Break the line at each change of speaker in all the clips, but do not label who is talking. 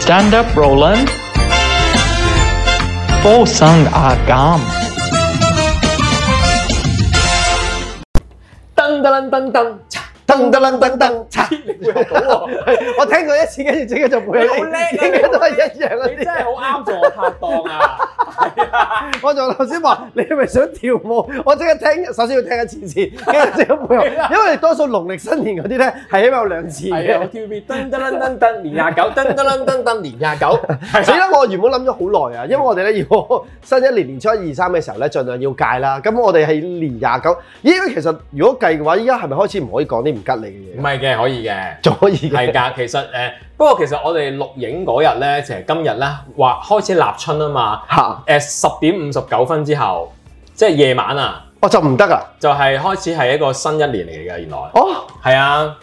Stand up, Roland. Fo sung agam.
噔噔噔噔噔，
噔噔噔噔噔，嚓！
會學到喎，
我聽過一次，跟住即刻就背
你好叻啊
應該都係一樣嗰
你真係
啲。
好啱做我拍檔啊！ 係啊，
我就頭先話你係咪想跳舞？我即刻聽，首先要聽一次先，跟住即刻背後。因為多數農曆新年嗰啲咧係起碼有兩次
啊係啊，我
嘅。
TVB 噔噔噔噔噔年廿九，噔噔噔噔噔年廿九，
死啦！我原本諗咗好耐啊，因為我哋咧要 新一年年初一二三嘅時候咧，盡量要戒啦。咁我哋係年廿九，咦？其實如果計嘅話，依家係咪開始唔可以講啲唔吉利嘅
唔
嘢？
係嘅，可以嘅。
仲可以嘅。
係㗎，其實誒，不過其實我哋錄影嗰日咧，其實今日咧話開始立春啊嘛，
嚇！
誒十點五十九分之後，即係夜晚啊，
我就唔得啊！
就係、開始係一個新一年嚟嘅，原來
哦，
係啊，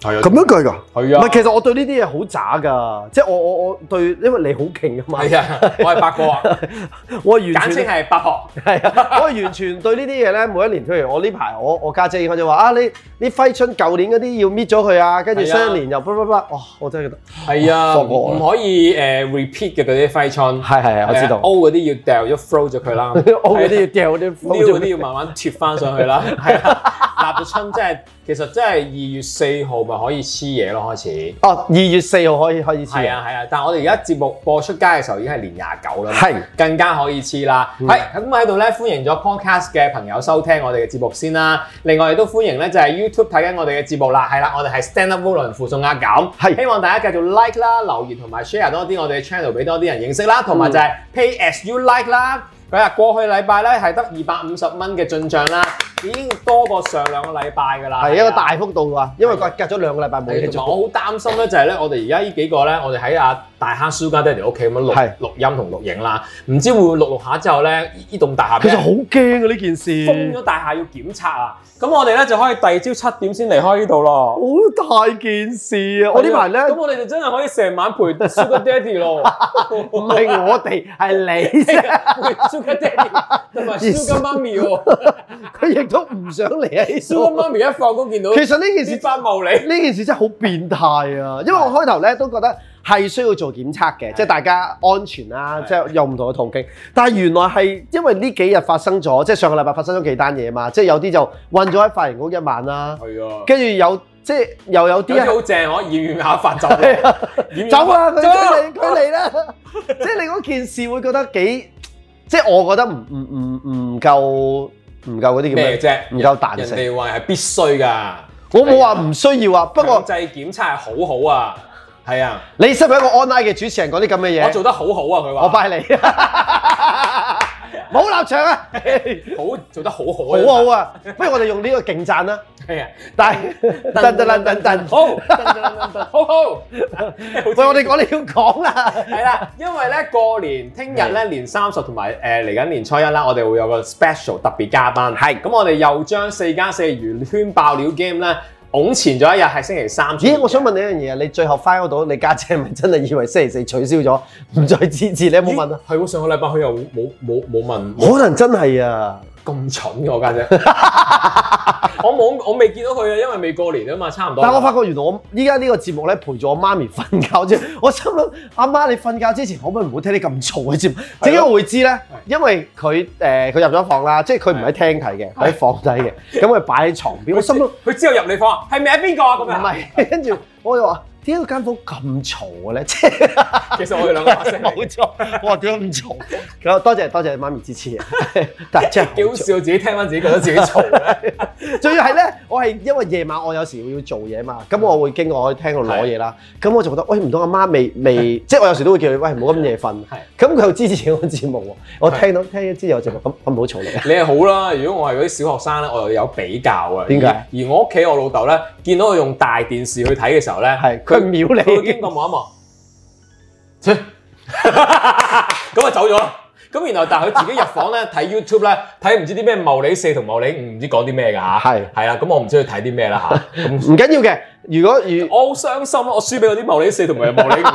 係啊，
咁樣計㗎。
係
唔
啊
係，，其實我對呢啲嘢好渣㗎，即係我我我對，因為你好勁啊嘛，
係啊，我係八哥啊，
我係完
簡稱
全
係八學，
係啊，我係完全對呢啲嘢咧，每一年譬如我呢排我我家姐已經開始話啊，你你揮春舊年嗰啲要搣咗佢啊，跟住
係啊
新一年又不不不，哇！我真係覺得
係啊，
放過我
唔
啦
可以誒、repeat 嘅嗰啲揮春，
係係係，我知
係啊
道，啊
，O 嗰啲要掉咗 throw 咗 佢啦
我嗰啲要掉嗰啲
撩嗰啲要慢慢貼翻上去 啦，係啊，立咗春即係其實即係二月四號咪可以黐嘢咯，開始。
哦，二月四號可以開始
係
黐啊，
啊係啊，但係我哋而家節目播出街嘅時候已經係年廿九啦，
係啊嗯
更加可以黐啦。係咁喺度咧，歡迎咗 podcast 嘅朋友收聽我哋嘅節目先啦。另外亦都歡迎咧就係 YouTube 睇緊我哋嘅節目啦。係啦，我哋係 Stand Up Roland 附送壓減，
係
希望大家繼續 like 啦、留言同埋 share 多啲我哋嘅 channel 俾多啲人認識
嗯
啦，同埋就係 pay as you like 啦。佢啊，過去禮拜咧係得二百五十蚊嘅進帳啦，已經多過上兩個禮拜㗎啦。
係一個
啊
大幅度啊，因為隔隔咗兩個禮拜冇嘢
同埋
做，
我好擔心咧，就係咧，我哋而家呢幾個咧，我哋喺阿大坑蘇家爹哋屋企咁樣錄
係
錄音同錄影啦，唔知會唔會錄錄下之後咧，呢呢棟大廈
其
俾
實
人
好驚啊呢件
封
事，
咗大廈要檢測啊，咁我哋咧就可以第二朝七點先離開呢度咯。
好大件事啊啊！我呢排咧
咁我哋就真係可以成晚陪 Sugar Daddy 咯，
唔係我哋係你啫。
陪 Sugar Daddy 同埋 Sugar Mummy 喎
佢亦都唔想嚟喺
，Sugar
度。
Mummy 一放工見到
其實呢件
呢
事
班茂利，哎
呢件事真係好變態啊！因為我開頭咧都覺得係需要做檢測嘅，即係大家安全啦，
係
即係有唔同嘅途徑。但係原來係因為呢幾日發生咗，即係上個禮拜發生咗幾單嘢嘛，即係有啲就困咗喺髮型屋一晚啦，
係啊，
跟住有即係又有
有
啲
啲
係
好正，我掩染下髮走咯，
係啊
掩染下
走啦，佢
走啊
佢嚟佢嚟 啦，即係你嗰件事會覺得幾，即係我覺得唔唔唔唔夠唔夠嗰啲叫
咩
咩？
啫？
唔夠彈
人
性。
哋話係必須㗎，
我冇話唔需要啊，不
不
過
過。制檢測係好好啊，係啊，
你識唔識一個 online 嘅主持人講啲咁嘅嘢？
我做得好好啊，佢話
我拜你，冇立場啊！
好做得好好啊，
好啊好啊，不如我哋用呢個勁讚啦！
係啊，
但係噔噔噔噔噔，
好，噔噔噔 噔好好，
喂，
喂
我哋講你要啊講啦，
係啦，因為咧過年聽日
嗯
咧年三十同埋誒嚟緊年初一啦，我哋會有個 special 特別嘉賓，係咁我哋又將四加四娛圈爆料 game 咧拱前咗一日係星期三出現嘅。
咦？我想問你一樣嘢，你最後 find out 到你家姐係咪真係以為星期四取消咗，唔再支持？你有冇問啊？
咦？係喎，上個禮拜佢又冇冇冇問。
可能真係啊！
咁蠢嘅我家姐， 我冇我未見到佢啊，因為未過年啊嘛，差唔多。
但我發覺原來我依家呢個節目咧陪住我媽咪瞓覺啫。我心諗阿媽，你瞓覺之前可唔可以唔好聽啲咁嘈嘅節目？點解我會知咧？因為佢誒佢入咗房啦，即係佢唔喺廳睇嘅，佢喺房睇嘅，咁佢擺喺床邊。我心諗
佢之後入你房啊，係咪啊邊個啊
唔
咁樣？，
係，跟住我又話點解間房咁嘈嘅咧？即係
其實我哋兩個發聲 嚟嘅，
冇錯，我話點解咁嘈？咁多謝多謝媽咪支持 嘅，但係真
幾
係
好
好嘈。
笑，自啊己聽翻自己覺得自己嘈啊咧。
仲要係咧，我係因為夜晚我有時會要做嘢嘛，咁我會經過我去廳度攞嘢啦，咁我就覺得，喂唔通阿媽未未，即係我有時都會叫佢，喂唔好咁夜瞓
係，
咁佢又支持我節目喎，我聽到聽咗之後我就話咁咁唔好嘈你啊，
你係好啦，如果我係嗰啲小學生咧，我又有比較啊。
點解
而而我屋企我老豆咧，見到我用大電視去睇嘅時候咧，
係佢秒你
佢會經過望 一望，切 咁啊走咗啦。咁然後但係佢自己入房咧睇 YouTube 咧，睇唔知啲咩茂利四同茂利五，唔知講啲咩㗎嚇。
係
係啦，咁我唔知佢睇啲咩啦嚇。咁
唔緊要嘅，如果如
我好傷心啊咯，我輸俾嗰啲茂利四同埋茂 利五，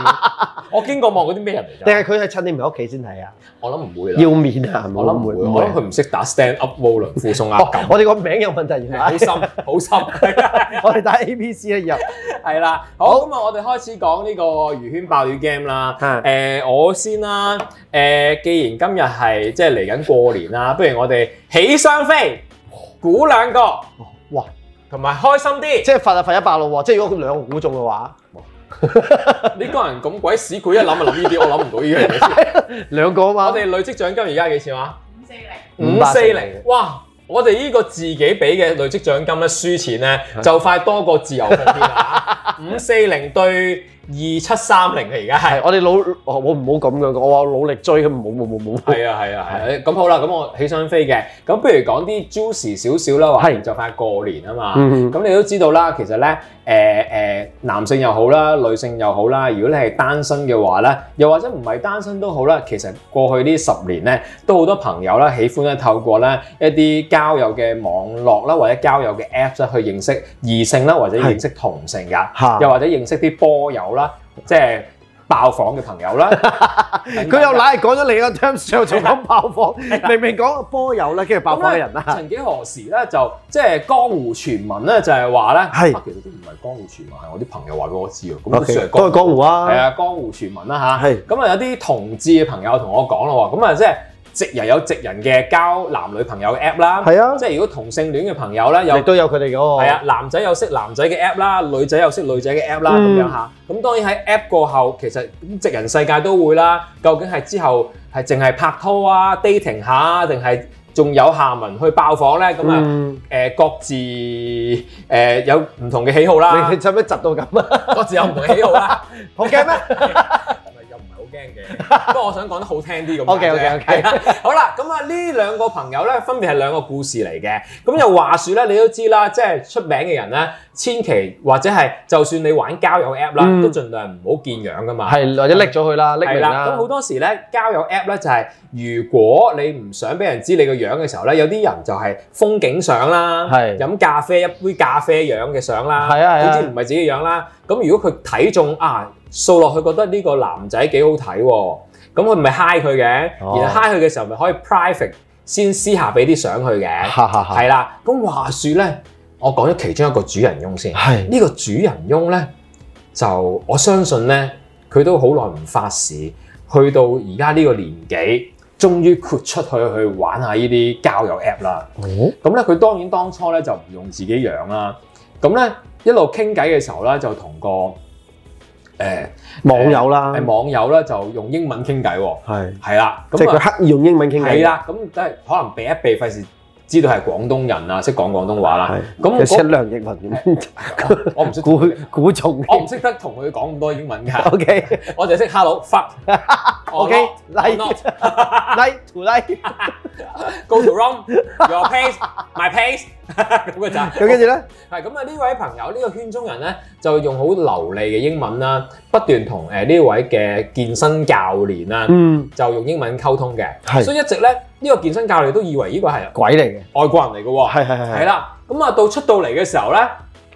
我經過望嗰啲咩人嚟
定
㗎？
係佢係趁你唔喺屋企先睇啊？
我諗唔會啦，
要面啊！
我諗唔會，我諗佢唔識打 stand up roll 啦，附送壓
哦
感，，
我哋個名有問題，原
好
來
深好深。
我哋打 A B C 一入
係啦，好咁啊！我哋開始講呢個魚圈爆料 game 啦。誒、
係
我先啦。誒、既然今日係即係嚟緊過年啦，不如我哋起雙飛，估兩個，
哇！
同埋開心啲。
即係罰就罰一百咯喎！即係如果佢兩個估中嘅話，
呢個人咁鬼屎，佢一諗就諗呢啲，我諗唔到呢樣 嘢先。
兩個啊嘛。
我哋累積獎金而家係幾錢話？
五四零。
五四零
540。
哇！我哋呢個自己俾嘅累積獎金咧，輸錢咧就快多過自由奉獻 啦。五四零對二七三零啊嘅而家係
係。我哋努哦我唔好咁樣講，我話努力追佢冇冇冇冇。
係啊係啊係啊，咁好啦，咁我起身飛嘅，咁不如講啲 juicy 少少啦，話
係
就快過年啊嘛，
嗯
咁你都知道啦，其實咧誒誒男性又好啦，女性又好啦，如果你係單身嘅話咧，又或者唔係單身都好啦，其實過去呢十年咧，都好多朋友啦，喜歡咧透過咧一啲交友嘅網絡啦，或者交友嘅 Apps 呢去認識異性啦，或者
係
認識同性㗎，
嚇
又或者認識啲波友啦，即係爆房嘅朋 友啦，
佢又懶係講咗另一個 terms，又仲講爆房，明明講波友啦，跟住爆
咁
房嘅
咧
人啊啦。
曾幾何時咧，就即係江湖傳聞咧，就係話咧，
係
啊其實都唔係江湖傳聞，係我啲朋友話俾我知啊。咁都
O K，
算係
都係江湖啊
係。啊，江湖傳聞啦吓，
係
咁啊，有啲同志嘅朋友同我講咯喎，咁啊，即係直人有直人嘅交男女朋友嘅 app 啦。
係啊
即係如果同性戀嘅朋友咧，有
亦都有佢哋嗰個
係啊，男仔有識男仔嘅 app 啦，女仔有識女仔嘅 app 啦，咁、
嗯
樣嚇。咁當然喺 app 過後，其實直人世界都會啦。究竟係之後係淨係拍拖啊、dating 下啊，定係仲有下文去爆房咧？咁啊
嗯，
誒各自誒、有唔同嘅喜好啦
你，你使唔使窒到咁啊？
各自有唔同嘅喜 好啦。
好驚咩？
又唔係好驚嘅，不過 我想講得好聽啲咁解啫。
OK，OK，OK
係啦好啦，咁啊呢兩個朋友咧，分別係兩個故事嚟嘅。咁又話說咧，你都知啦，即係出名嘅人咧，千祈或者係就算你玩交友 app 啦，
嗯
都盡量唔好見樣噶嘛。
係或者拎咗佢啦，拎
係
明
啦，咁
啦
好。多時咧，交友 app 咧就係、如果你唔想俾人知你個樣嘅時候咧，有啲人就係風景相啦，
係
飲咖啡一杯咖啡樣嘅相啦，
係啊係啊
總之唔係自己樣啦。咁如果佢睇中啊，掃落去覺得呢個男仔幾好睇喎，咁佢咪 hi 佢嘅，
哦
然後 hi 佢嘅時候咪可以 private 先私下俾啲相佢嘅，
哈哈哈
係啦。咁話説咧，我講咗其中一個主人翁先。
係
呢個主人翁咧，就我相信咧，佢都好耐唔發市，去到而家呢個年紀，終於豁出去去玩下呢啲交友 app 啦。
哦，
咁咧，佢當然當初咧就唔用自己養啦。咁咧一路傾偈嘅時候咧，就同個誒、呃、
網友啦，
係網友咧就用英文傾偈喎。
係
係啦，
即係
咁啊
佢刻意用英文傾偈。
係，啦，咁都係可能避一避，費事知道係廣東人啊，識講廣東話啦
係。
咁
有
嗰
啲梁奕文 咁
我唔識
估估中。
我唔識得同佢講咁多英文 㗎，
O K
我就係識 hello fuck。
O K like like to like，
go to wrong your pace my pace 咁嘅咋。
咁跟住咧，
係咁啊！呢位朋友呢、個圈中人咧，就用好流利嘅英文啦，不斷同誒呢位嘅健身教練啦，
嗯，
就用英文溝通嘅。
係
所以一直咧，呢、個健身教練都以為呢個係
鬼嚟嘅，
外國人嚟嘅喎。
係係係
係
係，
啦，咁啊到出到嚟嘅時候咧，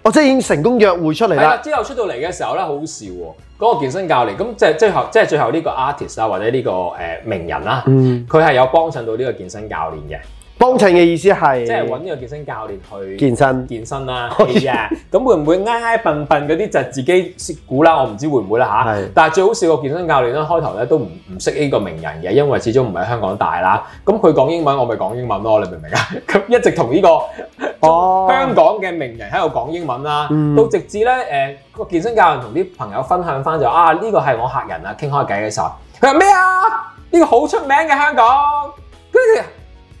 我即係已經成功約會出嚟
係啦，
啦，
之後出到嚟嘅時候咧，好好笑喎。嗰、個健身教練咁即係最後，即係最後呢個 artist 啊，或者呢、個誒、名人啦，
嗯，
佢係有幫襯到呢個健身教練嘅，
幫襯嘅意思
即係揾
係
呢個健身教練去
嗯健身，
健身啦，
可以
係啊，咁會唔會挨挨笨笨嗰啲就自己估啦，我唔知會唔會啦吓，
係
但係最好笑個健身教練咧，開頭咧都唔唔識呢個名人嘅，因為始終唔係香港大啦。咁佢講英文，我咪講英文咯，你明唔明啊？ 咁一直同呢個
哦，
香港嘅名人喺度講英文啦，
嗯
到直至咧誒個健身教練同啲朋友分享翻就啊呢個係我客人啊，傾開偈嘅時候，佢話咩啊？呢個好出名嘅香港，跟住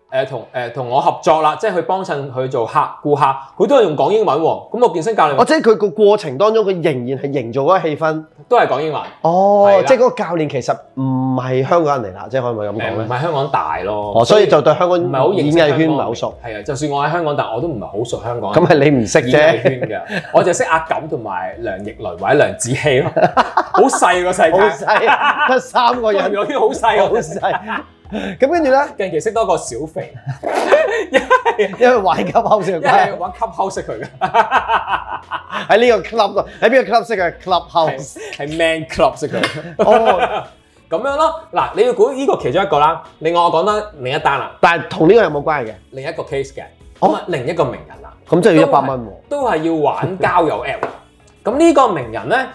誒同誒同我合作啦，即係去幫襯佢做客顧客，佢都係用講英文喎。咁個健身教
我
練
即係佢個過程當中，佢仍然係營造嗰個氣氛。
都係講英文，係
哦
啦，
即係嗰個教練其實唔係香港人嚟啦，即係可唔可以咁
誒
講
唔
咧？
係香港大咯，
哦，所以就對香港
唔係好認
演
識
藝圈
香
唔係
港
好熟。。
係啊，就算我喺香港，但我都唔係好熟香港。
咁係你唔識
演藝
啫。
圈嘅，我就識阿錦同埋梁奕倫或者梁子希咯。好好細個世
好
界，
細，得三個
個人
人，
有啲好細
好
個世界。
細。咁跟住咧，
近期識多個小肥，
因為玩級口食
一
嘅關
係
係，
玩 clubhouse 識佢嘅，
喺哎呢個 club 度，喺邊個 club 識嘅 club house？
係係 man club 識佢。
哦，
咁樣咯，嗱，你要估呢個其中一個啦。另外我講得另一單啦，
但係同呢個有冇關係嘅？
另一個 case 嘅，
哦
咁啊另一個名人啦，
咁真係要一百蚊喎。
都係要玩交友 app 喎。咁呢個名人咧，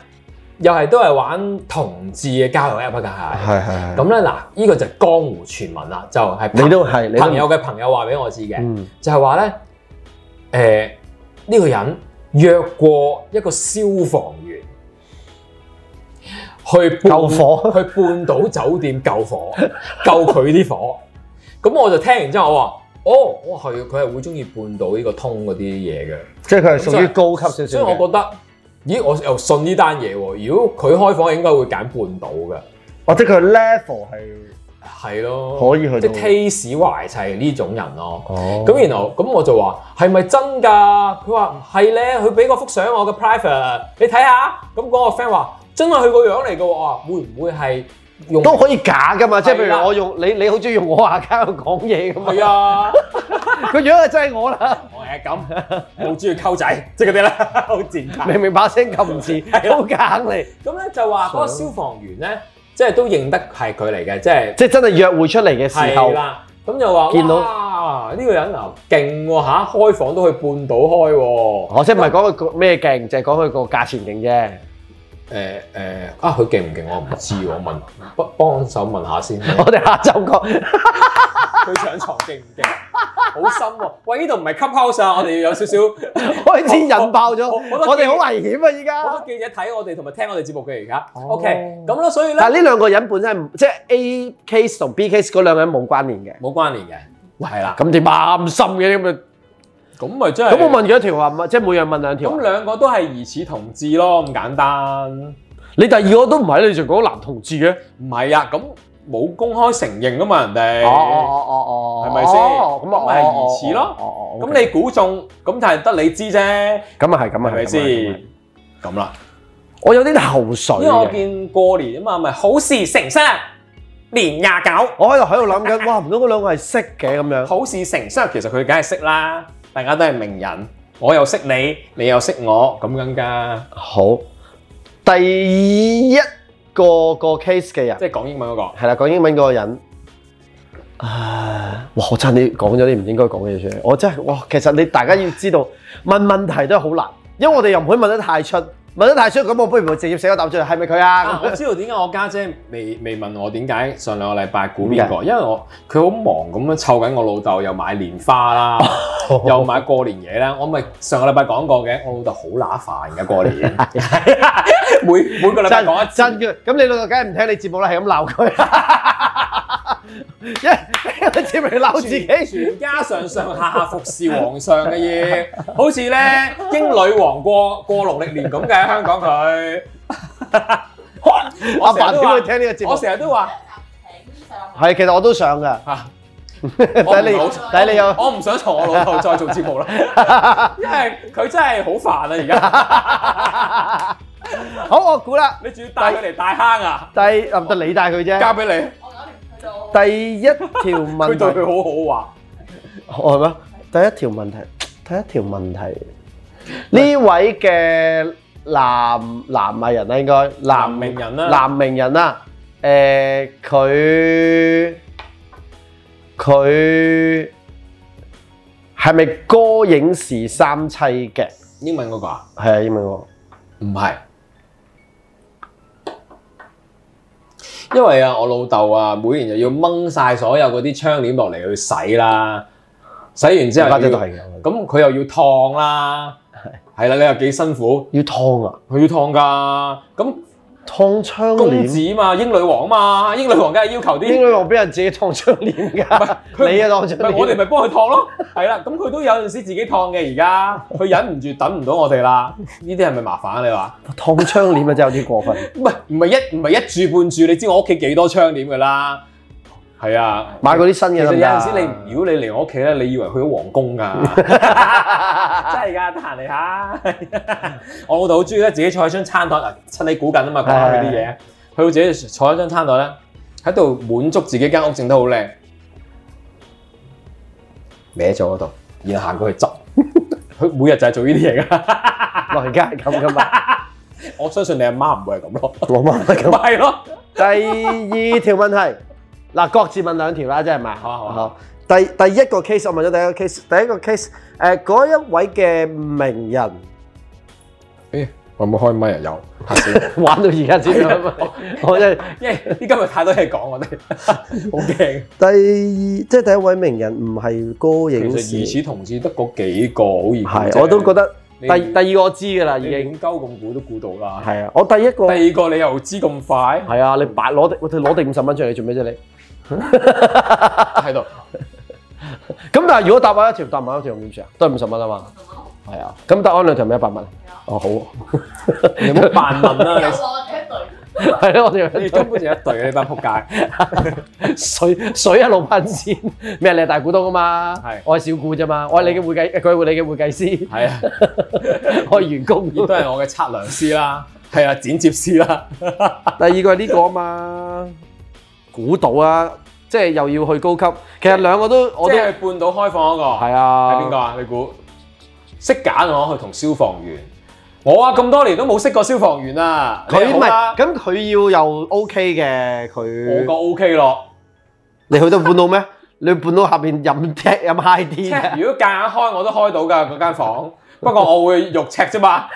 又係都係玩同志嘅交友 app 㗎係。
係係係。
咁咧嗱，呢個就係江湖傳聞啦，就係朋
你都係，你都
朋友嘅朋友話俾我知嘅，
嗯
就係話咧，誒、呃呢、個人約過一個消防員去半
救火
去半島酒店救火， 救佢啲火。咁我就聽完之後，我話：哦，我係佢係會中意半島呢個通嗰啲嘢嘅。
即係佢係屬於高級少
所
少
以我
嘅。
覺得，咦，我又信呢單嘢喎。如果佢開房，應該會揀半島嘅，
或者哦佢 level 係
係咯，
可以去
即
到。
係 taste 懷砌呢種人咯。
哦
咁然後咁我就話係咪真㗎？佢話唔係咧，佢俾個幅相我嘅 private，你睇下。咁嗰個 friend 話真係佢個樣嚟㗎喎，我話會唔會係用
都可以假噶嘛，即係譬
係啦
如我用你，你好中意用我 account 講嘢咁
係
嘛，
啊？
個樣係真係啊我啦，
我係咁，冇中意溝仔， 即係嗰啲啦，好賤格。
明明把聲咁唔似，好假嚟，
咁咧就話嗰個消防員咧，即係都認得係佢嚟嘅，即係
即係真係約會出嚟嘅時候
係，啦。咁就話
見到
哇，呢個人啊勁喎嚇，開房都去半島開喎。
哦我即係唔係講佢個咩勁，就係講佢個價錢勁啫。
誒誒啊！佢勁唔勁我唔知 喎，我問幫幫手問 下先。
我哋下晝講，
佢上床勁唔勁？好深喎、喂，呢度唔係 cup house 啊，我哋要有少 少。
開始引爆咗，
我我我
我哋好危險啊！依
好
家，
多記者睇我哋同埋聽我哋節目嘅而家。
哦
OK，咁咯，所以咧
但係呢兩個人本身係唔即係 A case 同 B case 嗰兩個人冇關聯嘅，
冇關聯嘅，係啦。
咁點啊咁深嘅咁啊？
咁咪真係
咁我問咗一條話，唔係即係每樣問兩條
咁。兩個都係疑似同志咯，咁簡單。
你第二個都唔係，你仲講男同志嘅？
唔係啊，咁冇公開承認啊嘛，人哋。
哦哦哦哦哦，
係咪先
哦咁啊，
咁咪係疑似咯
哦哦哦，
咁你估中，咁但係得你知啫，係
咁啊係，咁啊係，咁
咪
啊係
先？？咁啦，
我有啲口水
因為我
嘅，
見過年啊嘛，咪好事成雙，年廿九。
我喺度喺度諗緊，哇！唔通嗰兩個係識嘅咁樣？
好事成雙，其實佢梗係識啦，大家都係名人，我又識你，你又識我，咁樣噶，
好，第一個個 case 嘅人
即係講英文嗰、個。
係啦，講英文嗰個人。啊！哇！我差啲講咗啲唔應該講嘅嘢出嚟，我真係哇！其實你大家要知道問問題都係好難，因為我哋又唔可以問得太出，問得太出咁我不如直接寫個答案出嚟，係咪佢啊？
啊！我
咁
知道點解我家姐未未問我點解上兩個禮拜估邊個，因為我佢好忙咁樣湊緊我老豆，又買年花啦，
Ờ.
又買過年嘢啦。我咪上個禮拜講過嘅，我老豆好乸煩嘅過年，每每個禮拜
真
講一啊次。
真嘅，咁你老豆梗係唔聽你節目啦，係咁鬧佢， 因為因為節目你鬧自
全
己。
全家上上下下服侍皇上嘅嘢， 好似咧英女王過過農曆年咁嘅香港佢。
阿
我成
爸
日都
點
話
會聽呢個節
我
目？
成日都話
係，其實我都想噶，
啊，
睇你
我唔
睇你有
我唔想同我老豆再做節目啦， 因為佢真係好煩啊！而家
好，我估啦，
你仲要帶佢嚟大坑 啊，
第唔得你帶佢啫。
交俾你，
第一條問
佢對
題，
佢好好話。啊
哦我係咩？第一條問題，第一條問題，呢位嘅男男藝人啦，應該
男名人啊啦
男名人啦，誒佢佢係咪歌影視三妻嘅？
英文嗰個啊？
係啊，英文喎。
唔係，因為啊，我老豆啊，每年就要掹晒所有嗰啲窗簾落嚟去洗啦，洗完之後
家姐都
要
係嘅
咁佢又要燙啦，係啦，你又幾辛苦，
要燙啊，
佢要燙㗎，咁
燙窗
公
簾。
子嘛，英女王嘛，英女王梗係要求
英
啲，
女王俾人自己燙窗簾㗎，
佢
你啊燙
咪
窗簾。
我哋咪幫佢燙咯，係啦，咁佢都有陣時自己燙嘅，而家佢忍唔住等唔到我哋啦，呢啲係咪麻煩啊？你話？
燙窗簾啊，真係有啲過分。
唔係唔係一唔係一注半注，你知我屋企幾多窗簾㗎啦？係啊。
買嗰啲新
其
嘅得
實
唔
有
得
陣
啊
時你如果你嚟我屋企咧，你以為去咗皇宮 㗎，真係㗎，得閒嚟下。 我老豆好中意咧，自己坐喺張餐台嗱，趁你估緊啊嘛，講下佢啲嘢。佢會自己坐喺張餐台咧，喺度滿足自己間屋整得好靚，歪咗 嗰度，然後行過去執。 佢每日就係做呢啲嘢㗎。
老人家係咁噶嘛，
我相信你阿媽唔會係咁咯，
我媽係
咁
咁。
係咯。
第二條問題，嗱各自問兩條啦，即係咪？
好啊好啊
第第一個 case 我問咗第一個 case，第一個 case 誒、嗰一位嘅名人
誒，我有冇開咪啊？有，哦嚇死 我！
玩到而家先
係
啦， 我真係
因為今日太多嘢講，我哋好驚。
第二即係第一位名人唔係歌
其
影
實
視，
疑似同志得嗰幾個好易估啫
係我都覺得第
你
第二個我知㗎啦，已
你
經
亂鳩咁估都估到啦。
係啊，我第一個
第二個你又知咁快
係啊，你擺攞定我哋攞定五十蚊出嚟做咩啫你？
喺度，
咁但係如果答案一條，答案一條點算啊？都係五十蚊啊嘛。係啊，咁答案兩條咪一百蚊。 哦，好啊，
你唔好扮問 啦！
係咯，我
你
哋
你根本就一隊啊呢班撲街，
水水一路噴先。咩？你係大股東啊嘛
係，哦
我係小股啫嘛，我係你嘅會計，佢係你嘅會計 師，
係啊，
我係員工。
亦 都係我嘅測量師啦，係啊，剪接師啦，
第二個係呢個啊嘛，估到啊，即係又要去高級。其實兩個都 我
即
都
係半島開放嗰個
係
係
啊。
邊個啊？你估識揀我去同消防員？我啊咁多年都冇識過消防員啊！
佢唔
你好啦
係，咁佢要又 OK 嘅佢。
我個 OK 咯。
你去到半路咩？你去半路下邊飲 踢飲 high
即
tea
係
嘅，
如果夾硬開我都開到㗎嗰間 房，不過我會肉赤啫嘛。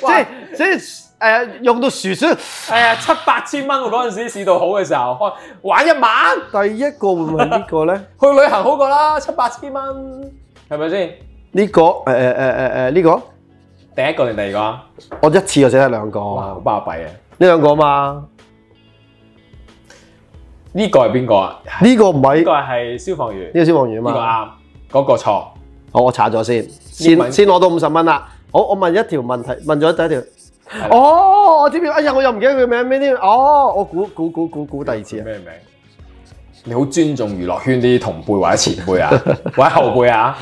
即係即係誒、呃用到薯薯。
係啊，七八千蚊喎！嗰陣時市道好嘅時候，開玩一晚
第一個會唔會係呢個咧？
去旅行好過啦，七八千蚊係咪先？
呢、個誒誒誒誒誒呢個，
第一個定第二個啊？
我一次就寫得兩個，
哇，
呢
好巴閉啊！
兩個嘛。
呢個係邊個啊？呢
呢、個唔係
個
呢
係消防員，呢
個消防員啊
個
嘛。
啱，嗰個錯。
好，我查咗先，
英文
先先攞到五十蚊啦。好，我問一條問題，問咗第一
係
條。哦，我知邊？哎呀，我又唔記得佢名咩添。哦，我估估估估估第二次啊。
咩名？你好尊重娛樂圈啲同輩或者前輩 啊，或者後輩啊？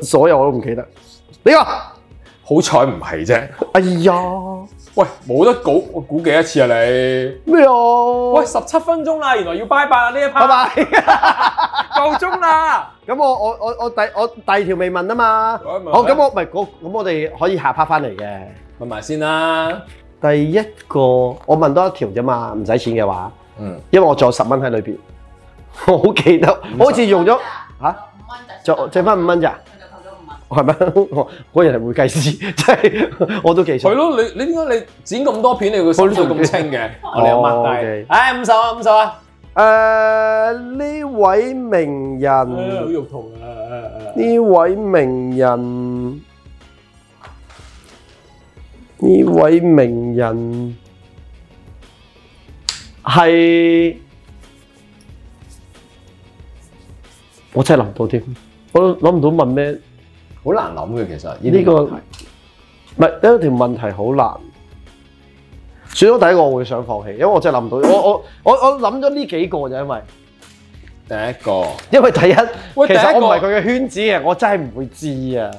所有我都唔記得。呢、個，
好彩唔係啫。
哎呀，
喂，冇得估，我估幾多次啊 你？
咩啊？
喂，啊十七分鐘啦，原來要拜拜啦呢一 part，
拜拜。
夠鐘啦。
咁我我我我第我第二條未問啊嘛。
我問
好，咁我唔係我咁我哋可以下 part 翻嚟嘅。
問埋先啦。
第一個我問多一條啫嘛，唔使錢嘅話，
嗯，
因為我仲有十蚊喺裏邊。 我好記得，我好似用咗嚇，就剩翻五蚊咋，係咪？ 我嗰人係會計師， 即係我都記
係
錯。
咯，你你點解你剪咁多片，你個手數咁清嘅？ 我哋有 mark
哦
低
OK。
唉，五十啊，五十啊。
誒呢位名
好
人，
肉痛啊！
呢位名人，呢位名人係，我真係諗唔到添，我都諗唔到問咩呢、
好難諗嘅其實呢
呢
啲
個，唔
問題
係有一條問題好難。選咗第一個，我會想放棄，因為我真係諗唔到。我我我我諗咗呢幾個就因為，
第一個
因為第一，
喂
其
第一
實我
個
唔係佢嘅圈子嘅，我真係唔會知啊。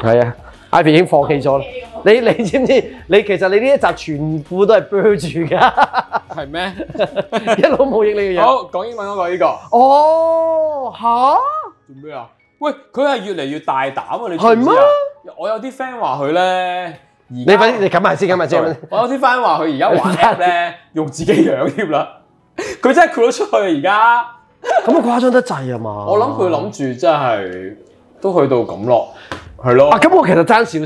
係啊，Ivy 已經放棄咗啦。你 你知唔知？你其實你呢一集全部都係 blur 住 㗎，
係咩？
一路冇益你嘅嘢。
好講英文嗰個呢個
哦，吓？
做咩啊？喂，佢係越嚟越大膽啊！你知唔知
係
啊？我有啲 friend 話佢咧，你
你快啲，你冚埋先，冚埋先。
Sorry，我有啲 friend 話佢而家玩 app 咧，用自己樣添啦。佢真係豁咗出去而家。
咁誇張得滯啊嘛！
我諗佢諗住真係都去到咁咯，係咯
啊，，咁我其實爭少少，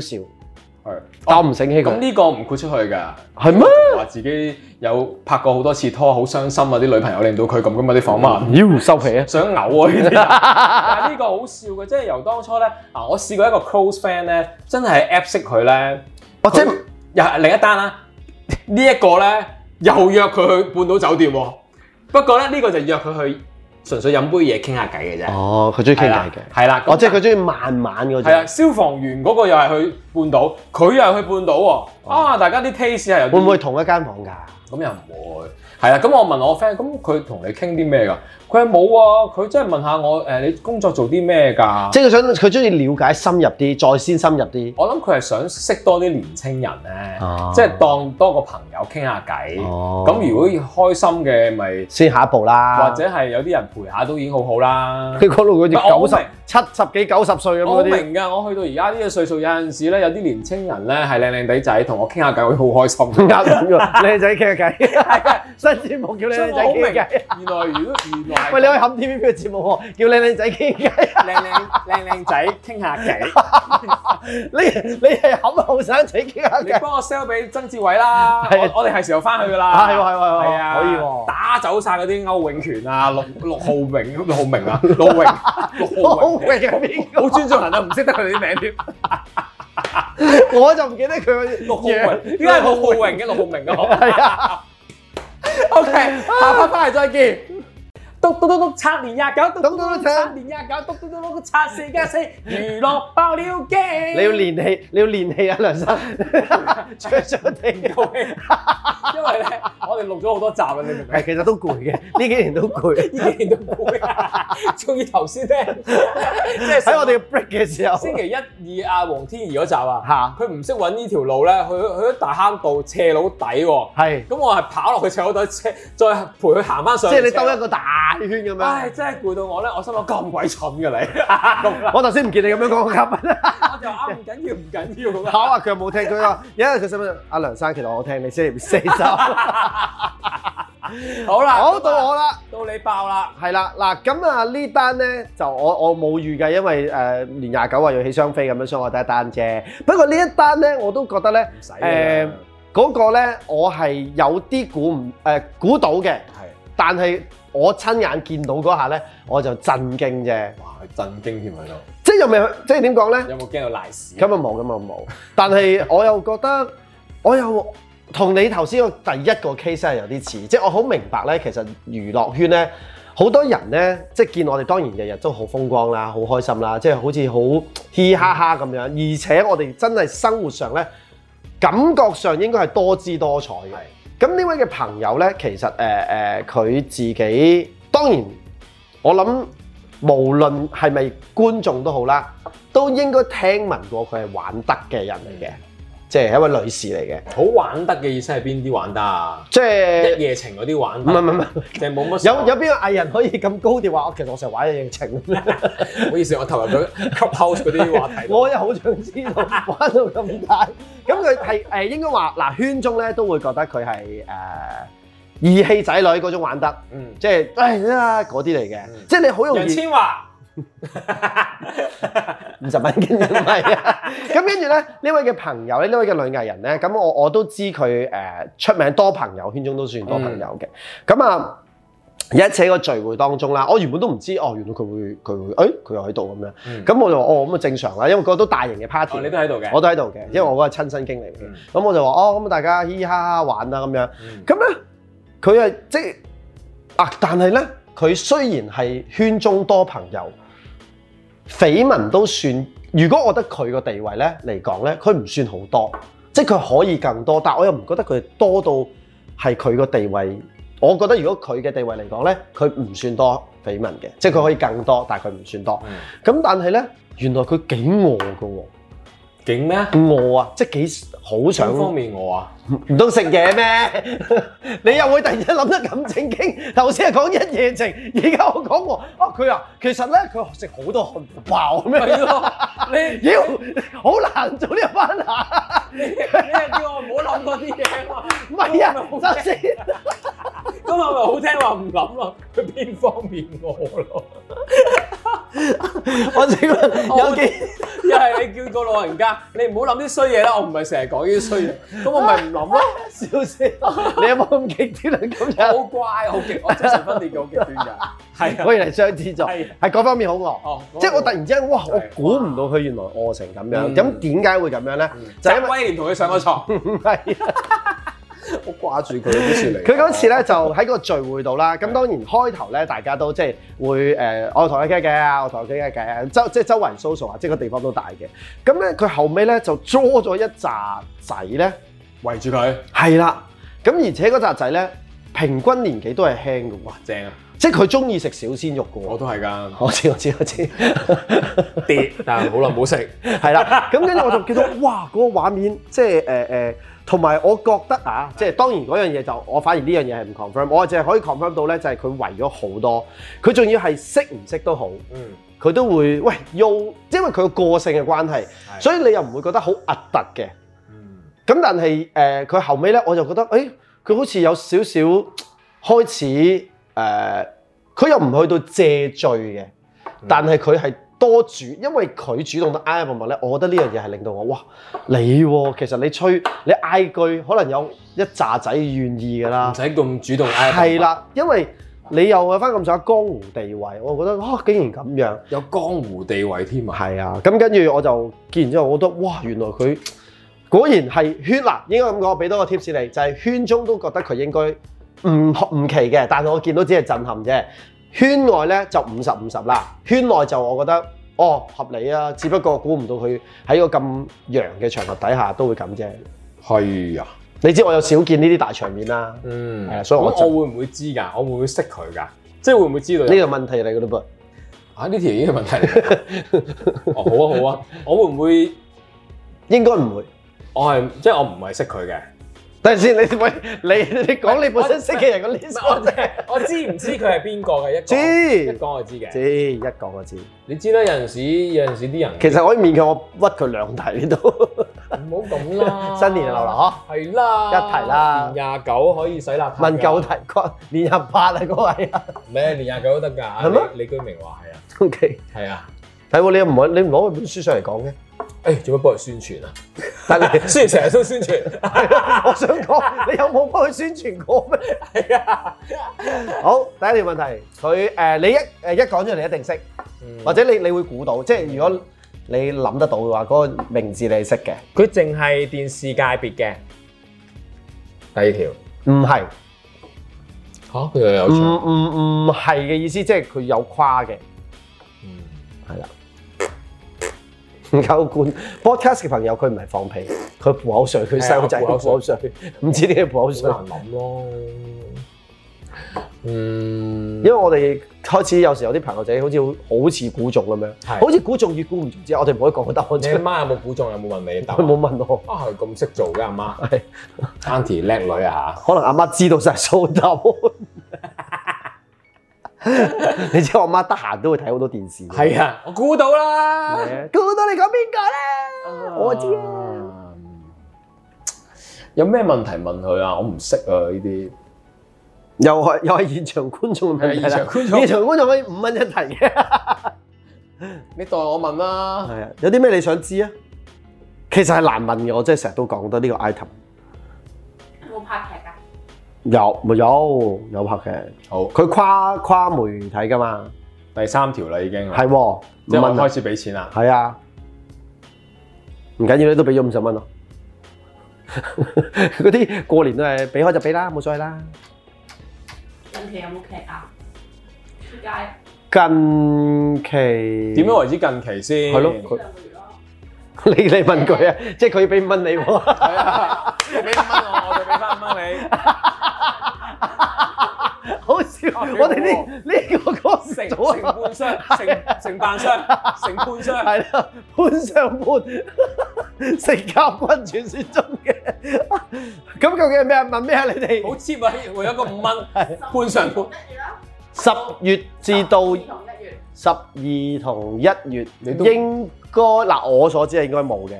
係。
但我唔醒起
哦咁
佢。
呢個唔豁出去㗎，
係咩？
話自己有拍過好多次拖，好傷心啊！啲女朋友令到佢咁㗎嘛，啲訪問。
妖收皮啊！
想嘔啊！呢啲人 但係呢個好笑嘅，即係由當初咧，啊，我試過一個 close friend 咧，真係 app 識佢咧，
或者
佢又係另一單啦。呢、一個咧又約佢去半島酒店喎，不過咧呢、個就約佢去純粹飲杯嘢傾下偈嘅啫，
哦，佢中意傾
係啦
偈嘅，
係啦，
哦，
咁
即係佢中意慢慢嗰
係啊，
種。
消防員嗰個又係去半
哦
島，佢又係去半島喎。啊，大家啲 taste 係有啲
會唔會同一間房㗎？
咁又唔會，係啊啦，咁我問我 friend，咁佢同你傾啲咩㗎？佢話冇啊，佢真係問下我誒、你工作做啲咩㗎？
即係佢想佢中意了解深入啲，再先深入啲。
我諗佢係想識多啲年青人咧，
哦
即係當多個朋友傾下偈。咁、
哦
如果要開心嘅，咪
先下一步啦。
或者係有啲人陪下都已經好好 啦。
佢講到好似
唔
九
係
十七十幾九十歲咁
啊我
嗰啲。
明㗎，我去到而家呢個歲數，有陣時咧有啲年青人咧係靚靚地仔，同我傾下偈會好開心 啊㗎。
呃緊㗎，靚仔傾下偈， 新節目叫
所
靚
以我
仔
好
傾
明，原
下偈。
來如果原來
喂，你可以冚 TVB 嘅節目喎，叫靚靚仔傾偈。
靚靚靚靚仔傾下偈，
你你係冚後生仔傾下
你
偈。
幫我 sell 俾曾志偉啦，
係啊
我我哋係時候翻去㗎啦。
啊係喎係喎係喎
係啊，
可以喎
打走晒嗰啲歐永權啊、陸 陸浩明、陸浩明啊、陸榮、陸浩
我
榮，
榮係邊
好尊重人啊，唔識得佢哋啲名 添。
個？我就唔記得佢個
陸浩榮，點解係陸浩榮嘅陸浩 明啊？
係啊，
OK，下 part 翻嚟再見。嘟嘟嘟嘟，拆年廿九，嘟
嘟嘟嘟
拆年廿九，嘟嘟嘟嘟，拆四加四，娛樂爆料機。
你要練氣，你要練氣啊，梁 生。出咗地
夠氣，因為咧，我哋錄咗好多集啦，你明唔明？
係其實都攰 嘅，呢幾年都攰。
依然都攰啊！仲要頭 先咧，即係
喺我哋 break 嘅時候，
星期一、二啊，黃天怡嗰集啊，
嚇
佢唔識揾呢條路咧，佢佢喺大坑道斜路底喎。
係
咁我係跑落去斜路底， 車再陪佢行翻
即
上。
係你兜一。個大圈咁
唉，
樣。
真係攰到我咧，我心諗咁鬼蠢 㗎你，咁啦，
我頭先唔見你咁樣講我嘉 賓。
我就啱唔緊要唔緊要咁
考
啦。
下佢有冇聽佢啊？因為佢想問阿梁生，其實我聽你 先四集，
好啦，啊
好到我啦，
到你爆啦，
係啦嗱，咁啊呢單咧就我我冇預計，因為誒、呃、年廿九啊要起雙飛咁樣，所以我第一單啫。不過呢一單咧我都覺得咧
唔使
誒
誒，
嗰個咧我係有啲估唔誒估到嘅，
係
但係我親眼見到嗰下咧我就震驚啫，
哇，佢震驚添喺度，
即係又未即係點講咧？
有冇驚到賴屎？
咁啊冇，咁啊冇。但係我又覺得， 我又同你頭先個第一個 case 係有啲似，即係我好明白咧，其實娛樂圈咧。好多人咧，即係見我哋當然日日都好風光啦，好開心啦，即係好似好嘻嘻哈哈咁樣。而且我哋真係生活上咧，感覺上應該係多姿多彩嘅。咁呢位嘅朋友咧，其實誒誒，呃佢、自己當然，我諗無論係咪觀眾都好啦，都應該聽聞過佢係玩得嘅人嚟嘅，即係一位女士嚟嘅，
好玩得嘅意思係邊啲玩得啊？
即
一
係
夜情嗰啲玩
唔
得，
係唔係唔係，
就係冇乜 所謂
有有邊個藝人可以咁高調話？我其實我成日玩嘢情，
唔好意思，我投入咗 Clubhouse 嗰啲話題 度。
我又好想知道玩到咁大。咁佢係誒應該話嗱，圈中咧都會覺得佢係誒義氣仔女嗰種玩得，
嗯，
即係誒啊嗰啲嚟嘅
嗯，
即係你好容
楊
易。
千嬅，
五十蚊跟住唔係啊！ 咁跟住咧，呢位嘅朋友咧，呢位嘅女藝人咧，咁我我都知佢誒、呃出名多朋友，圈中都算多朋友嘅。咁啊、有一次喺個聚會當中啦，我原本都唔知哦，原來佢會佢會誒佢又喺度咁樣。
嗯
咁、我就話哦咁啊正常啦，因為個都大型嘅 party，
哦，你都喺度嘅。
我都喺度嘅，因為我嗰個親身經歷嚟嘅。
嗯
咁、我就話哦咁大家嘻嘻哈哈玩啊啦咁樣。
嗯
咁咧，佢係即係啊，但係咧，佢雖然係圈中多朋友，緋聞都算。如果我覺得佢個地位咧嚟講咧，佢唔算好多，即係佢可以更多，但我又唔覺得佢多到係佢個地位。我覺得如果佢嘅地位嚟講咧，佢唔算多緋聞嘅，即係佢可以更多，但係佢唔算多。
嗯
咁但係咧，原來佢幾餓㗎喎，
勁咩？
餓啊，即係幾好想
邊方面我啊？
唔通食嘢咩？你又會突然間諗得咁正經？頭先係講一夜情，而家我講我哦佢啊，其實咧佢食好多漢堡包咁
係
樣。
咯，哎你
妖，好難做呢一班啊！
你你係叫我唔好諗嗰啲嘢啊嘛？
唔係啊，
咁
首先
咪好聽話唔諗咯，佢邊方面我咯？
我只 有幾
一係你叫個老人家，你唔好諗啲衰嘢啦，我唔係成日講呢啲衰嘢，咁我咪唔諗咯。
笑死我！你有冇咁極端啊？咁
我
樣
好乖，好極，我精神分裂嘅好極端㗎。 係啊，
我原嚟雙子座，
係
係嗰方面好餓。
哦
即係我突然之間，哇！我
係
估唔到佢原來餓成咁樣。
嗯
咁點解會咁樣咧？就係因
就
為
威廉同佢上過床，
唔係。
好掛住佢嗰次嚟。
佢嗰次咧就喺個聚會度啦，咁當然開頭咧大家都即係會誒、呃我同佢傾偈啊，我同佢傾偈偈啊，周即係周圍 social 啊，即係個地方都大嘅。咁咧佢後尾咧就捉咗一紮仔咧，
圍住佢。
係啦，咁而且嗰紮仔咧平均年紀都係輕嘅喎，
正啊！
即係佢中意食小鮮肉嘅
我
喎。
都係㗎，
我知我知我 知，
跌，但係好耐冇食。
係啦。咁跟住我就見到哇，嗰、個畫面即係誒誒，同、埋我覺得啊，即係當然嗰樣嘢就我反而呢樣嘢係唔 confirm，我淨係可以 confirm 到咧，就係佢圍咗好多，佢仲要係識唔識都好。
嗯，
佢都會喂要，因為佢個個性嘅關係，
係
所以你又唔會覺得好核突嘅。
嗯，
咁但係誒，佢、後尾咧，我就覺得誒，佢、好似有少少嘖開始誒，呃佢、又唔去到借罪嘅，但係佢係多主，因為佢主動得挨一問問咧，我覺得呢樣嘢係令到我哇，你喎、其實你吹你嗌句，可能有一紮仔願意㗎啦
唔。使咁主動哎嗌。
係，啦，因為你又有翻咁上下江湖地位，我覺得啊，竟然咁樣。
有江湖地位添啊！
係啊，咁跟住我就見完之後，我覺得哇，原來佢果然係圈嗱，應該咁講，我俾多個 tips 你，就係、圈中都覺得佢應該唔唔奇嘅，但係我見到只係震撼啫。圈外咧就五十五十啦，圈內就我覺得哦合理啊，只不過估唔到佢喺個咁陽嘅場合底下都會咁啫。
係啊，
你知我有少見呢啲大場面啦，
嗯，
係啊所以我
咁我會唔會知㗎？我會唔會識佢㗎？即係會唔會知道有
呢個問題嚟嘅嘞噃。
啊？呢條已經係問題嚟㗎。 哦，好啊，好啊，我會唔會？
應該唔會。
我係即係我唔係識佢嘅。
等陣先，你喂你你講你本身識嘅人個 list
我
我啫。
我知唔知佢係邊個嘅？一講
知
一講我知
知
嘅。
一講我知。
你知啦，有陣時有陣時啲人
其實可以勉強我屈佢兩題呢度，
唔好咁啦。
新年流流嗬，
係啦，
一題啦
年廿九可以洗邋遢㗎。
問九題關 年廿八啊嗰位 啊
咩？年廿九都得㗎。
係咩
李？李居明話係啊，
，OK，
係啊。
係喎，你又唔可你唔攞佢本書上嚟講嘅，
誒，做乜幫佢宣傳啊？
但係
雖然成日都宣傳，
我想講，你有冇幫佢宣傳過咩？
係啊，
好，第一條問題，佢誒你一誒一講咗，你一定識，
嗯
或者你你會估到，即係如果你諗得到嘅話，嗰個名字你係識嘅，
佢淨係電視界別嘅。第二條
唔係，
嚇，佢又有
唔唔唔係嘅意思，即係佢有跨嘅。
嗯
係啦，唔夠冠 podcast 嘅朋友，佢唔係放屁，佢吐口水，佢細路仔
係啊
佢吐口水，唔知點解吐口水。
好難諗咯。
因，
嗯
為我哋開始有時有啲朋友仔好似好似估中咁樣，
係
好似估中與估唔中之間，我哋唔可以講個答案
你阿
出嚟。
媽有冇估中？有冇問你答
佢
案？
冇 問我，
啊，係咁識做嘅阿媽
係
，Auntie 叻女啊
可能阿媽知道晒數答案。 你知我媽得閒都會睇好多電視。
嚇。係啊，我估到啦。
估到你講邊個咧？我知啊。
啊。有咩問題問佢啊？我唔識啊呢啲。
又係 又係現場觀眾嘅問題啦
係啊現場
現
觀眾
場觀眾可以五蚊一題 嘅。
你代我問啦。
係啊，有啲咩你想知啊？其實係難問嘅，我真係成日都講得呢個 item。
冇拍劇㗎，
有咪有有拍嘅，
好，
佢跨跨媒體㗎嘛，
第三條啦已經。
係喎，五
即係我
蚊啊
開始俾錢啦。
係啊，唔緊要咧，都俾咗五十蚊咯。 嗰啲過年都係俾開就俾啦，冇所謂啦。
近期有冇劇啊？出街呢
近期
點樣？為之近期先？
係咯佢
兩個月咯，
你 你問佢啊，即係佢要俾五蚊你喎。
係啊，你俾五蚊我，我就俾翻五蚊你。
好笑！
啊幾好喎
我哋呢呢個歌
承
咗啊
承判商、承承辦商、承判商。
係啦，潘上 潘，食甲君傳説中嘅。咁究竟係咩啊？問咩啊？你
好
哋
cheap 啊！為咗個五蚊，半上半。
一月啦，
十月至到
同一月，
十二同一月，
你都
應該嗱，我所知係應該冇嘅，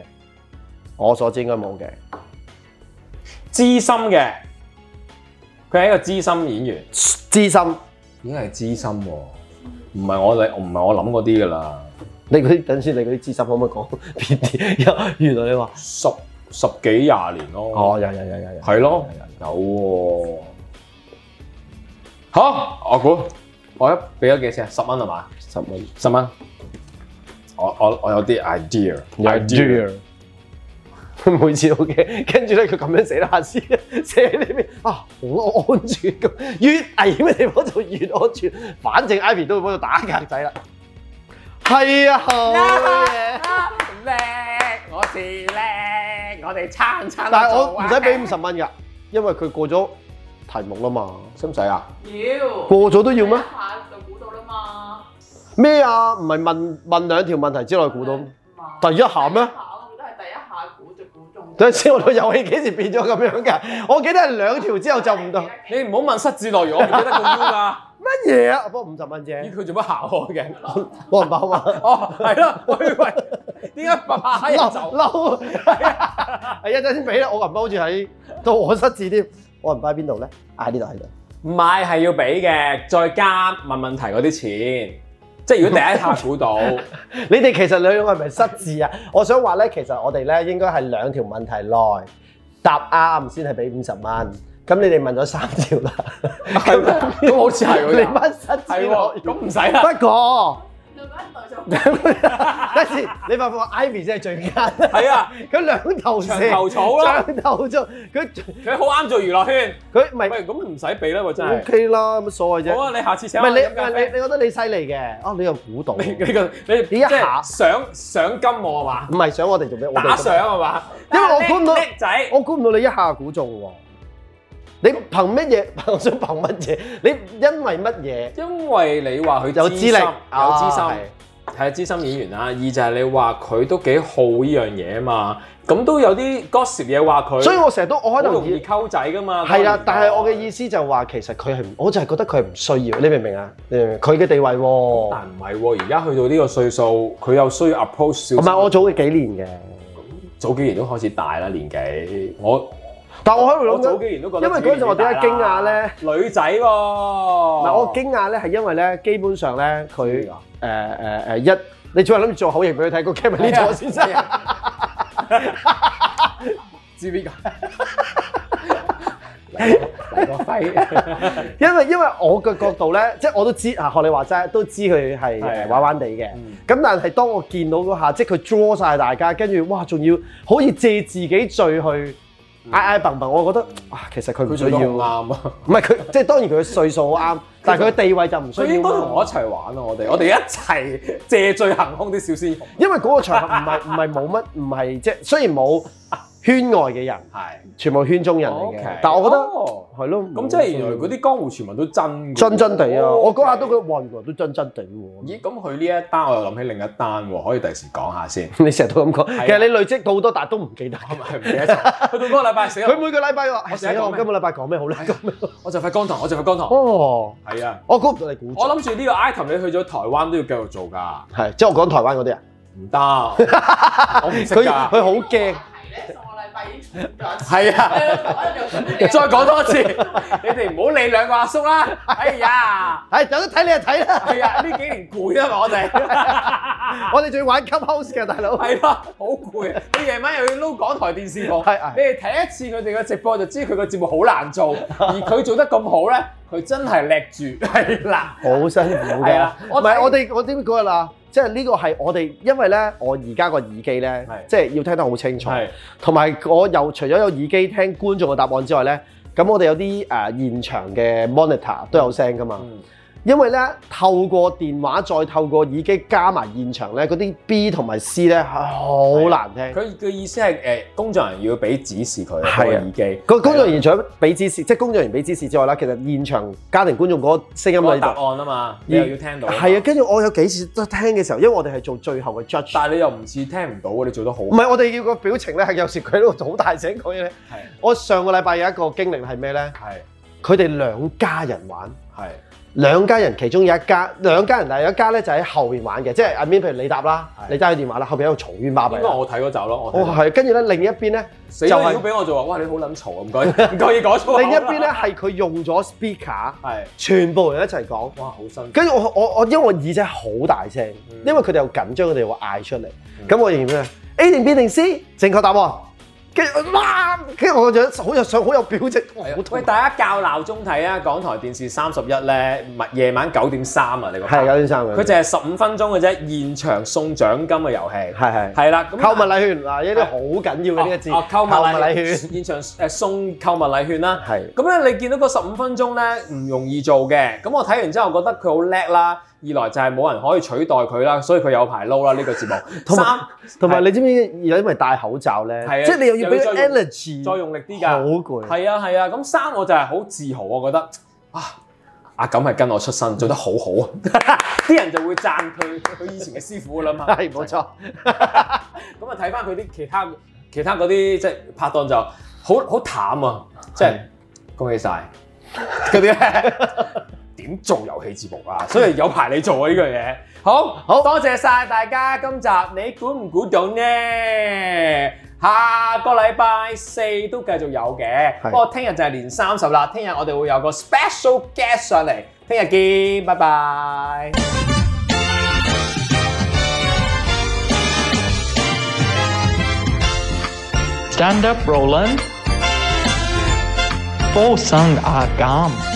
我所知應該冇嘅。
資深嘅，佢係一個資深演員，
資深，
已經係資深喎，唔係我哋，唔係我諗嗰啲㗎啦。
你嗰啲等先，你嗰啲資深可唔可以講 邊啲？原來你話
十十幾廿年咯。
哦，有有有有有，
係咯，有喎。好，我估我一俾咗幾錢啊？十蚊係嘛？
十蚊
十蚊。我我我有啲 idea，idea。
每次都嘅，跟住咧佢咁樣寫下先， 寫喺呢邊啊，好安全咁， 越危險嘅地方就越安全。反正 Ivy 都會幫佢打格仔啦。係啊，好嘢！
叻，我是叻，我哋餐餐
但係我唔使俾五十蚊㗎，因為佢過咗題目啦嘛。
使唔使啊？
妖，
過咗都要咩
一？下就估到啦嘛。
咩啊？唔係問問兩條問題之內估到，
嘛
第一下咩
第一下我覺得係第一下估就估中。
第一次我哋遊戲幾時變咗咁樣㗎？我記得係兩條之後就唔到乜
你唔好問失智內容，我唔記得個 U 㗎。
嘢啊！不過五十蚊
咦，
啫，
佢做乜姣我嘅？
冇人包啊嘛？
哦，係啦，我以為點解白白喺
嬲
度
嬲，
走？
係一陣先俾啦。我銀包好似喺到我失智添，我銀包喺邊度咧？啊，呢度喺度。
買係要俾嘅，再加問問題嗰啲錢。即係如果第一下 估到，
你哋其實兩樣係咪失智啊？我想話咧，其實我哋咧應該係兩條問題內答啱先係俾五十蚊。咁你哋問咗三條啦，
係咩咁好似係
你
喎，
乜失
係
智
喎，
咯？
咁唔使啦。
不過，
兩個一對就
等陣先，你發唔發覺 Ivy 先係最奸？
係啊，
佢兩頭蛇
長頭草啦
長頭草，佢
佢好啱做娛樂圈。
佢唔係
喂，咁唔使俾啦喎，真
O
係。
K 啦，有乜所謂啫？
好啊，你下次
唔
請我
係你
飲
唔
咖
係你，
啡。
你覺得你犀利嘅，啊你又估到，
你
唔
你個你
你一
即
下
係想想金我係嘛？
係想我哋做咩？我
打
哋做
賞
咩
係嘛？啊
因為我估唔到
叻叻仔，
我估唔到你一下估中喎。你憑乜嘢？ 我想憑乜嘢？你因為乜嘢？
因為你話佢
有資
資
歷，
深有資
啊
深。係資深演員啦，二就係你話佢都幾好呢樣嘢啊嘛，咁都有啲 gossip 嘢話佢，
係所以我成日都我
好
可能
容易
以
溝仔噶嘛。
係啦，但係我嘅
思，
意思就話其實佢係唔，我就係覺得佢係唔需要，你明唔明啊？你明唔明？佢嘅地位喎，唔
但唔係喎，而家去到呢個歲數，佢又需要 approach 少少。
係我早佢幾年嘅，
早幾年都開始大啦年紀，我
但我喺度
我
諗
早
緊
幾。年都覺得
因為
自己
嗰陣時我點解
年紀大啦女仔喎，
嗱，
嗱
我驚訝咧係因為咧，基本上咧佢
邊個
誒誒誒一，你仲係諗住做口型俾佢睇，個 camera
啊
呢度先生。
知邊個？嚟個 輝，
因為因為我嘅角度咧，即係我都知啊，學你話齋都知佢係
係
誒玩玩地嘅。
嗯
咁但係當我見到嗰下，即係佢 draw 晒大家，跟住哇，仲要好似借自己罪去挨挨蹦蹦，我覺得啊，其實佢唔
嗯佢
需
做
要，
得好
唔
啱啊！
係佢即係當然佢嘅歲數 好啱，但係佢嘅地位就唔需要
佢
啦。
應該同我一齊玩啊！我哋我哋一齊借醉行兇啲小鮮肉。
因為嗰個場合唔係唔係冇乜，唔係即係雖然冇圈外嘅人，
係，
全部圈中人嚟嘅
OK
但我覺得
哦
係咯。
咁即係原來嗰啲江湖傳聞都真嘅喎
真真地啊！我嗰下都覺得
OK
哇，原來都真真地喎。
咦，咁佢呢一單我又諗起另一單喎，可以第時講下先。
你成日都咁講，
啊
其實你累積到好多，但係都唔記得。
我咪唔記得咗，去到嗰個禮拜死
佢
啦，
每個禮拜話：
我
哎死
成日
啦！
講
我
咩
今個禮拜講咩好咧？咁樣
我就快乾塘，我就快乾塘。
哦，
係啊，
我估唔到你估
我
中，
諗住呢個 item 你去咗台灣都要繼續做㗎，
係即係我講台灣嗰啲啊，
唔得，我唔識
佢
㗎。
佢好驚。
係咧，上個禮拜已
係啊。
經重咗一次。
再
再
講多次，你哋唔好理兩個阿叔啦。哎呀，
係有得睇你就睇啦，
係啊，呢幾年攰啊嘛，我哋。
我哋仲要玩 Clubhouse 嘅大佬。
係啦，好攰啊！你夜晚又要撈港台電視部，
係係
你哋睇一次佢哋嘅直播就知佢個節目好 難做，而佢做得咁好咧，佢真係叻住，係啦，
好辛苦
係
㗎
啊，
唔
我
係
睇
我哋我點講啦？即係呢個係我哋，因為咧我而家個耳機咧
係，
即係要聽得好清楚，
係
同埋我又除咗有耳機聽觀眾嘅答案之外咧，咁我哋有啲誒現場嘅 monitor 都有聲㗎嘛。
嗯
因為咧透過電話再透過耳機加埋現場咧，嗰啲 B 同埋 C 咧係好難聽。
佢嘅意思係誒工作人員要俾指示佢
嗯係啊
個耳機，
個工作人員除咗俾指示，即係工作人員俾指示之外啦，其實現場家庭觀眾嗰個聲音
嗰個
喺
答
度。
案啊嘛，你又要聽到，
係啊，，跟住我有幾次都聽嘅時候，因為我哋係做最後嘅 judge。
但係你又唔似聽唔到啊，你做得好，
唔係，我哋要個表情咧，係有時佢喺度好大聲講嘢咧。
係
我上個禮拜有一個經歷係咩咧？
係
佢哋兩家人玩，
係
兩家人其中有一家，兩家人但係有一家咧就喺後邊玩嘅，即係阿 Min，譬如你答啦，
係啊
你揸佢電話啦，後邊喺度嘈冤巴閉
應
啦
該。我睇嗰集咯，我
哦，
睇
係，跟住咧另一邊咧，
死
就
啦，
係
要俾我做啊！哇，你好撚嘈啊，唔該，唔該要講錯。啊
另一邊咧係佢用咗 speaker，
係
全部人一齊講。
哇，好辛苦，
跟住我我我因為我耳仔好大聲，
嗯
因為佢哋又緊張，佢哋會嗌出嚟。咁我認咩？A 定 B 定 C？正確答案。跟住我哇，跟住我個樣好有上好有表情，哇好痛
啊喂，。大家較鬧鐘睇啊！港台電視三十一咧，夜晚九點三啊，你個
係九點三嘅。
佢就係十五分鐘嘅啫，現場送獎金嘅遊戲，
係係
係啦，咁啊
購物禮券嗱，呢啲好緊
Ờ,
要嘅呢個字。
哦，購物
禮
禮券，
券。
現場誒送購物禮券啦。
係
咁咧，你見到個十五分鐘咧唔容易做嘅，咁我睇完之後覺得佢好叻啦，二來就係冇人可以取代佢啦，所以佢有排撈啦呢個節目。
同埋
三
同埋你知唔知而家因為戴口罩咧
係啊，
即係你又要俾
又要
energy，
再用力啲
好
㗎，
攰。
係啊係啊。咁三我就係好自豪，我覺得啊，阿錦係跟我出身，做得好好啊！ 啲人就會讚佢佢以前嘅師傅㗎啦嘛。
係冇錯，
咁啊睇翻佢啲其他其他嗰啲即係拍檔就好好淡啊，即係恭喜晒嗰啲咧 點做遊戲節目啊？所以有排你做啊呢樣嘢。好
好
多謝晒大家，今集你估唔估到呢？下個禮拜四都繼續有嘅，
係
不過聽日就係年三十啦。聽日我哋會有個 special guest 上嚟，聽日見，拜拜。
Stand up, Roland. Posang agam.